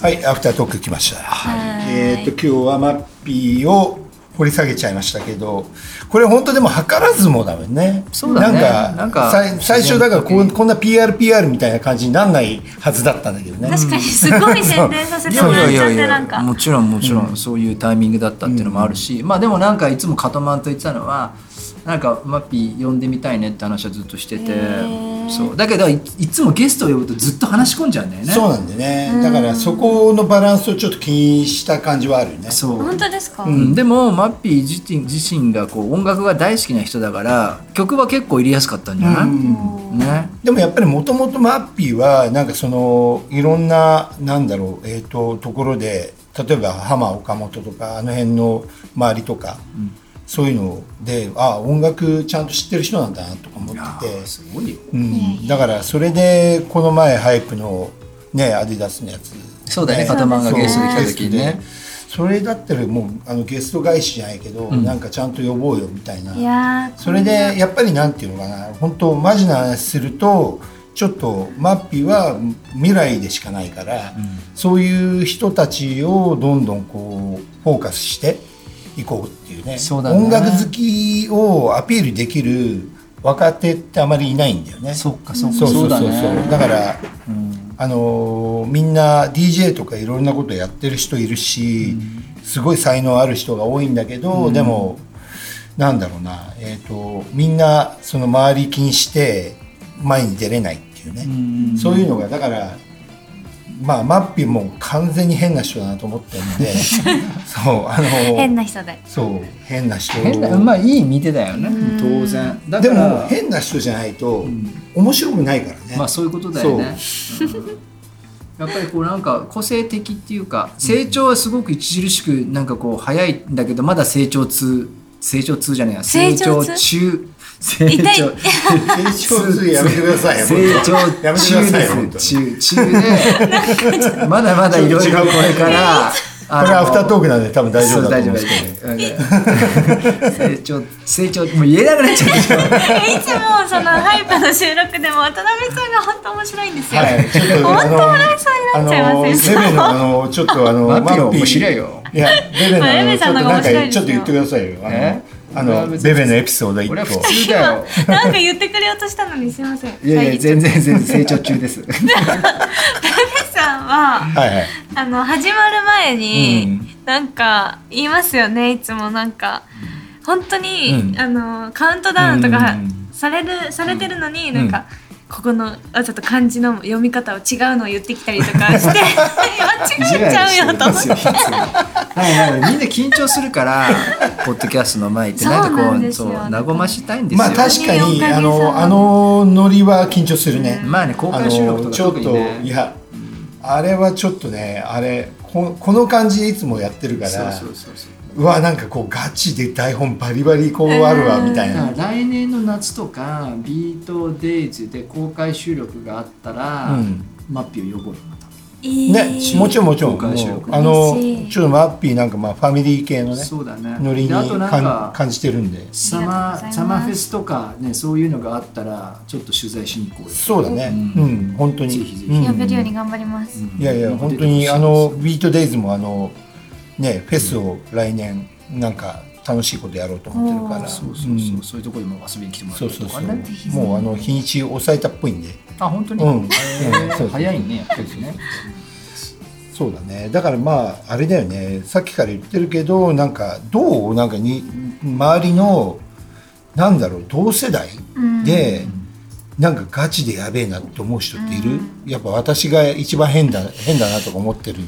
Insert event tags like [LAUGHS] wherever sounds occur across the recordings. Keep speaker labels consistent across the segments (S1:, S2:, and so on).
S1: はい、アフタートーク来ました。えっと、今日はマッピーを掘り下げちゃいましたけど、これ本当でも図らずもだもんね。
S2: そうだ
S1: な
S2: ね
S1: んか、
S2: なんか
S1: さい最初だからこうこんな PR、PR みたいな感じになんないはずだったんだけどね。
S3: 確かにすごい宣伝させて
S2: そ
S3: も
S2: う
S3: らっ
S2: い
S3: ちゃっ
S2: やい
S3: て
S2: や
S3: なん
S2: いや
S3: か
S2: もちろんもちろんそういうタイミングだったっていうのもあるし、まあでもなんかいつもカトマンと言ってたのはなんかマッピー呼んでみたいねって話はずっとしてて
S3: ー
S2: そうだけどいいつもゲストを呼ぶとずっと話し込んじゃうんだよね
S1: そうなんでね。だからそこのバランスをちょっと気にした感じはあるよね。
S2: そう
S3: 本当ですか、
S2: うん、でもマッピー自身自身がこう音楽が大好きな人だから曲は結構入れやすかったんじゃない、ね、
S1: でもやっぱりもともとマッピーはなんかそのいろんななんだろう、えー、とところで例えば浜岡本とかあの辺の周りとか、そういうのであ音楽ちゃんと知ってる人なんだなとか思っ
S2: いや
S1: てて
S2: ー、すごいよ
S1: うん、だからそれでこの前ハイプのねアディダスのやつ
S2: そうだよね
S1: カ
S2: 片漫がゲストで来た時にね
S1: それだったらもうあのゲスト返しじゃないけど、なんかちゃんと呼ぼうよみたいない
S3: やー
S1: それでやっぱりなんていうのかな本当マジな話するとちょっとマッピーは未来でしかないから、そういう人たちをどんどんこうフォーカスしていこうっていうね
S2: そうだね
S1: 音楽好きをアピールできる若手ってあまりいないんだよね。
S2: そっかそっか
S1: そうそうそう
S2: そ
S1: そうう
S2: だね
S1: だから、あのーみんな DJ とかいろんなことやってる人いるし、すごい才能ある人が多いんだけど、でもなんだろうな、えー、とみんなその周り気にして前に出れないっていうね、
S2: ん
S1: そういうのがだからまあマッピーも完全に変な人だなと思ってるの
S2: [LAUGHS]
S1: でそうあのー
S3: 変な人で
S1: そう変な人
S2: 変なまあいい見てだよね当然だか
S1: で
S2: ら
S1: も変な人じゃないと、面白くないからね。
S2: まあそういうことだよね。うんやっぱりこうなんか個性的っていうか成長はすごく著しくなんかこう早いんだけどまだ成長痛成長痛じゃないや
S3: 成長痛
S2: 成長中成長
S3: 痛い
S1: 成長するやめてくださいよ。
S2: 成長
S1: 本当やめてくださ
S2: 中
S1: い
S2: で
S1: よ本当
S2: す
S1: に。
S2: [LAUGHS] 中中でまだまだいろいろこれから
S1: こ
S2: あ
S1: れ
S2: の
S1: はアフタートークなんで多分大丈夫だと思うんですけど。
S2: そう大丈夫大丈夫成長成長もう言えなくなっち
S1: [LAUGHS]
S2: ゃった
S3: いつもそのハイプの収録でも渡辺さんが本当面白いんですよ、
S1: はい、ちょっと
S3: 本
S1: あ
S3: 当
S1: の
S3: 笑いそうになっちゃいま
S1: あの
S3: せ
S1: セ
S3: ん
S1: ベのあのちょっと
S2: [LAUGHS]
S1: あの
S2: マッピーは面白いよ
S1: いやベベのあ
S3: まあベ
S1: の
S3: ベ
S1: ちょ
S3: さ
S1: っ
S3: ん
S1: と
S3: の
S1: な
S3: 方が
S1: んか
S3: 面白いで
S1: ち
S3: す
S1: ょっ
S3: よ
S1: と言ってくださいよ。
S2: え
S1: あのあのベベのエピソード一個
S2: 俺は。普通だよ
S3: なんか言ってくれようとしたのにすいません
S2: いやい
S3: は
S2: や全然全然成長中です
S3: ペさんは
S1: はいはい。
S3: あの始まる前に、
S1: うん
S3: なんか言いますよねいつもなんか本当に、
S1: うん
S3: あのカウントダウンとか
S1: うん
S3: される、されてるのに、
S1: ん
S3: なんかここのわざと漢字の読み方を違うのを言ってきたりとか
S1: [LAUGHS]
S3: して間違えちゃうよと思って
S2: だからみんな緊張するからポッドキャストの前ってな
S3: そう
S2: んか
S3: な
S2: こ
S3: ん
S2: う
S3: です
S2: そ
S3: よ
S2: う和ましたいんですよ、
S1: まあ確かにあのあのノリは緊張するね。
S2: まあね公
S1: あ
S2: 開収録と
S1: の
S2: か
S1: ちょっ
S2: 特
S1: と
S2: にね
S1: いやあれはちょっとねあれここの感じでいつもやってるか
S2: そう
S1: ら。
S2: そうそうそう
S1: うわなんかこうガチで台本バリバリこうあるわみたい
S2: だか
S1: な
S2: ら来年の夏とかビートデイズで公開収録があったら、
S1: うん
S2: マッピーを呼ぼうよまた
S3: いい
S1: ねもちろんもちろん
S2: 公開収録
S1: もうあの
S3: 嬉しい
S1: ちょっとマッピーなんかまあファミリー系のね
S2: そうだね
S1: ノリに
S2: であとなん
S1: かん
S2: か
S1: 感じてるんで
S2: サ
S3: あ
S2: マ
S3: りがとうござい
S2: ー
S3: ます
S2: サマーフェスとかねそういうのがあったらちょっと取材しに行こうよ
S1: そうだねう、
S2: うん
S1: 本当に
S2: ぜひぜひ
S1: うん
S3: 呼べるように頑張ります、
S1: いやいや本当にあのビートデイズもあのねフェスを来年なんか楽しいことやろうと思ってるから
S2: そうそうそう、そういうところにも遊びに来てもらった
S1: そう
S2: り
S1: そ
S2: と
S1: うそ
S2: か
S1: う
S2: ね
S1: もうあの日にち抑えたっぽいんで
S2: あ本当に、
S1: うん
S2: へー
S1: うんそうそう
S2: 早いねやっぱりね
S1: そうだねだからまああれだよねさっきから言ってるけどなんかどうなんかに周りのなんだろう同世代
S3: うん
S1: で、なんかガチでやべえなって思う人っている、やっぱ私が一番変だ変だなとか思ってる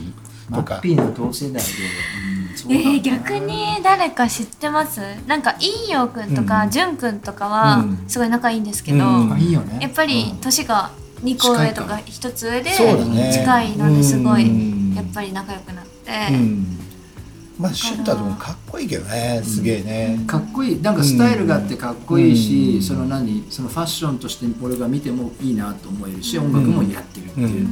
S2: マ
S1: とか
S2: ッピーの同世代で、うんそう
S3: え
S2: だな
S3: ー、逆に誰か知ってますなんか陰陽くんと
S1: う
S3: か
S1: ん
S3: 潤くんとかは
S1: うん
S3: すごい仲いいんですけど、
S1: うん
S2: まあいいよね
S3: やっぱり年が2個上とか1つ上で
S1: そうだね
S3: 近いのですご
S1: うん
S3: いやっぱり仲良くなって、
S1: うんまあシュンタともかっこいいけどねすげえね、
S2: かっこいいなんかスタイルがあってかっこいい
S1: う
S2: し、
S1: ん
S2: その何そのファッションとして俺が見てもいいなと思えるし、音楽もやってるっていう、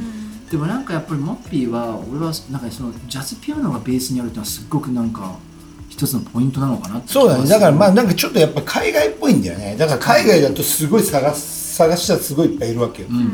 S2: でもなんかやっぱりマッピーは俺はなんかそのジャズピアノがベースにあるってのはすっごくなんか一つのポイントなのかなって気が
S1: そうだねだからまあ
S2: す
S1: なんかちょっとやっぱ海外っぽいんだよねだから海外だとすごい探す探したらすごいいっぱいいるわけよ、
S2: うんうん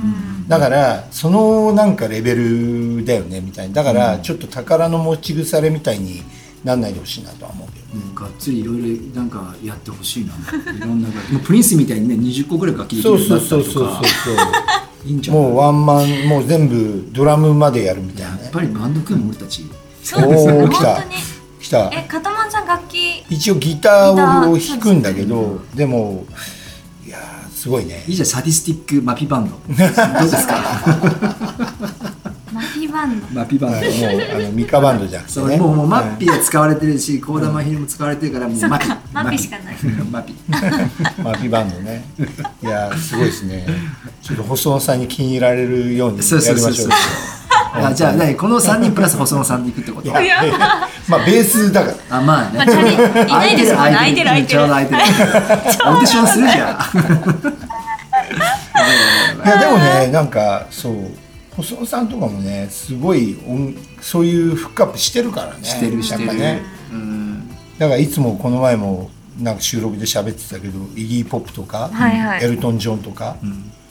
S1: だからそのなんかレベルだよねみたいなだからちょっと宝の持ち腐れみたいになんないでほしいなとは思うけど
S2: うんがっつりいろいろなんかやってほしいないろんな楽器もうプリンスみたいにね20個ぐらい楽器でき
S1: そう
S2: るように
S1: そ
S2: な
S1: う
S2: った
S1: そう
S2: り
S1: そう
S2: と
S1: そ
S2: か
S1: う
S2: いいんじゃない
S1: [LAUGHS] もうワンマンもう全部ドラムまでやるみたいな
S2: やっ
S1: ね
S2: ぱりバンド組む俺たち
S3: そうです
S1: お
S3: よ
S1: ー来た
S3: 本当に
S1: 来た
S3: え片間さん楽器
S1: 一応ギターを
S3: ギター
S1: 弾くんだけどでもいやーすごいね
S2: いいじゃんサディスティックマピバンドどうですか
S3: マフィーバンド
S2: マピバン
S1: は
S2: ド
S1: いもうあのミカバンドじゃなくて
S2: そう
S1: ね
S2: もうもうマッピーは使われてるし高田真宙も使われてるからもうマピ
S3: そっかマピしかない
S2: [LAUGHS] マピ
S1: マピバンドねいやーすごいですねちょっと細野さんに気に入られるようにやり
S2: そうそう
S1: ま
S2: そう
S1: しょ
S2: そううあじゃあ何この3人プラス細野さんでいくってこと
S1: いやいや [LAUGHS] まあベースだから
S2: あまあ
S3: まあ
S2: ね
S3: チャリいないですもんね空いてる空いて
S2: ちょうど空いてる
S3: る
S2: オーディションするじゃん
S1: いやでもねなんかそう細野さんとかもねすごい音そういうフックアップしてるからね
S2: してるして
S1: やっ
S2: る、
S1: ぱね
S2: うん
S1: だからいつもこの前もなんか収録で喋ってたけどイギー・ポップとか、
S3: はいはい
S1: エルトン・ジョンとか、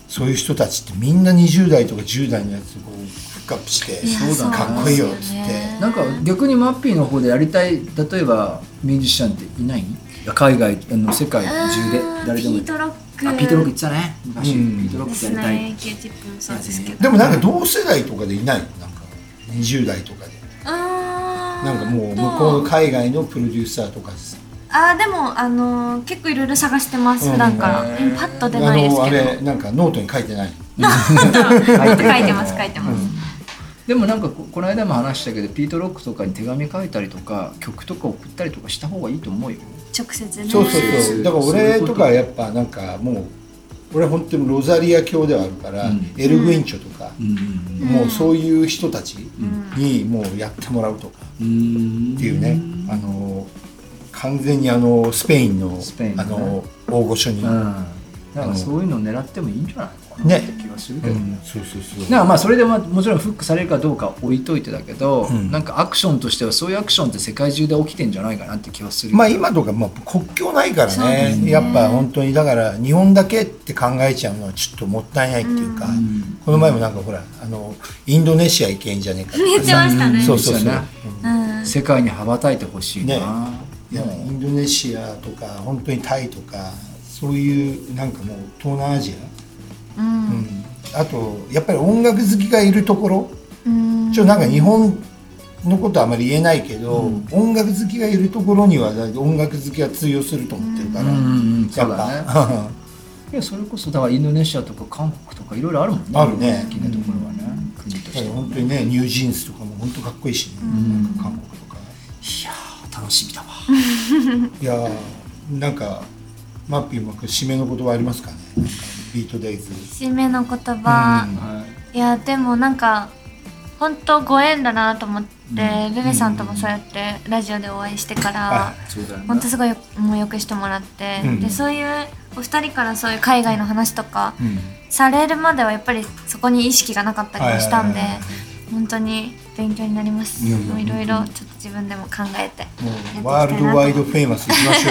S1: そういう人たちってみんな20代とか10代のやつをこうフックアップして
S3: いや
S2: そうだね
S1: かっこいいよっつ
S3: そ
S1: っ
S3: う
S1: て
S3: ですよね
S2: なんか逆にマッピーの方でやりたい例えばミュージシャンっていないいや海外あの世界中で誰でも
S3: ピートロック
S2: あピートロック言ってたね昔、
S1: うん
S2: ピートロッ
S3: で
S2: ク
S3: す
S2: やりた
S3: ね
S2: い
S3: AKT もそうですけど
S1: でもなんか同世代とかでいないのなんか20代とかでな
S3: なん
S1: かもう向こうの海外のプロデューサーとかです
S3: あーでもあのー結構いろいろ探してます、
S1: うん
S3: 普段から、
S1: へ
S3: うんパッと出ないです
S1: あ
S3: けど
S1: のあれなんかノートに書いてない
S3: 書い
S1: [LAUGHS]
S3: てます書いてます、
S2: でもなんかここの間も話したけどピートロックとかに手紙書いたりとか曲とか送ったりとかした方がいいと思うよ
S3: 直接ね
S1: そうそうそうだから俺と
S2: そう
S1: か
S2: い
S1: やっぱなんかもう俺本当にロザリア教ではあるから、
S2: うん
S1: エル・グインチョとか、
S2: うん
S1: もうそういう人たち
S3: ん
S1: にもうやってもらうとか
S2: うん
S1: っていうね、あの完全にあのスペインの
S2: スペイン
S1: あ
S2: のね
S1: の大御所に、
S2: う
S1: うんん
S2: だからそういうのを狙ってもいいんじゃないのかなって
S1: ね
S2: 気がするけどね
S1: そうそうそう
S2: なんかまあそれでももちろんフックされるかどうかは置いといてだけど、
S1: ん
S2: なんかアクションとしてはそういうアクションって世界中で起きてんじゃないかなって気はする
S1: まあ今とかまあ国境ないから
S3: そうで
S1: ね
S3: すね
S1: やっぱ本当にだから日本だけって考えちゃうのはちょっともったいないっていうか、
S2: ん
S1: この前もなんかほらあのインドネシア行けんじゃねえかと
S3: [LAUGHS]
S1: か
S3: 言ってましたね
S1: そうそうそう、
S2: ですよね
S3: うん
S2: 世界に羽ばたいてほしいな、
S1: ねいやインドネシアとか本当にタイとかそういうなんかもう東南アジ
S3: う
S1: ア、
S3: ん
S1: うんあとやっぱり音楽好きがいるところ
S3: うん
S1: ちょっとなんか日本のことはあまり言えないけど、音楽好きがいるところにはだ音楽好きは通用すると思ってるから、
S2: うんうんうん
S1: [LAUGHS] や
S2: そ
S1: っ
S2: うだね
S1: ぱ、
S2: いやそれこそだからインドネシアとか韓国とかいろいろあるもんね
S1: あるね
S2: 好きなところはね、国として
S1: だから
S2: は
S1: 本当にねニュージーンズとかも本当かっこいいしね、なんか韓国とか
S2: いやー楽しみだわ
S1: いやーなんかマッピーも締めの言葉ありますかねなんかビートデイズ
S3: 締めの言葉、
S1: うん
S3: いやでもなんか本当ご縁だなと思って、ベベさんともそうやってラジオでお会いしてから
S1: あ、
S2: そうだよね
S3: 本当すごいもうよくしてもらって、
S1: うん
S3: でそういうお二人からそういう海外の話とか
S1: うん
S3: されるまではやっぱりそこに意識がなかったりもしたんで
S1: はいはいはいは
S3: 本当に勉強になります
S1: いやいや
S3: もういろいろちょっと自分でも考えて
S1: もうワールドワイドフェイマス行きましょ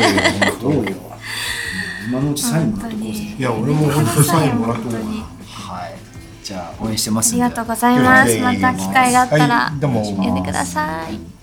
S1: う
S2: どう
S1: よ
S2: よ今のうちサインも
S3: 本
S2: ら
S3: 当
S2: っとこうぜ
S3: に
S1: いや俺も本当サインもらっとこうかな
S3: 本当に
S2: はいじゃあ応援してま
S3: あ
S2: す
S3: り
S2: んで
S3: がとうございますまた機会があったら
S1: はいどうも
S3: 呼んでください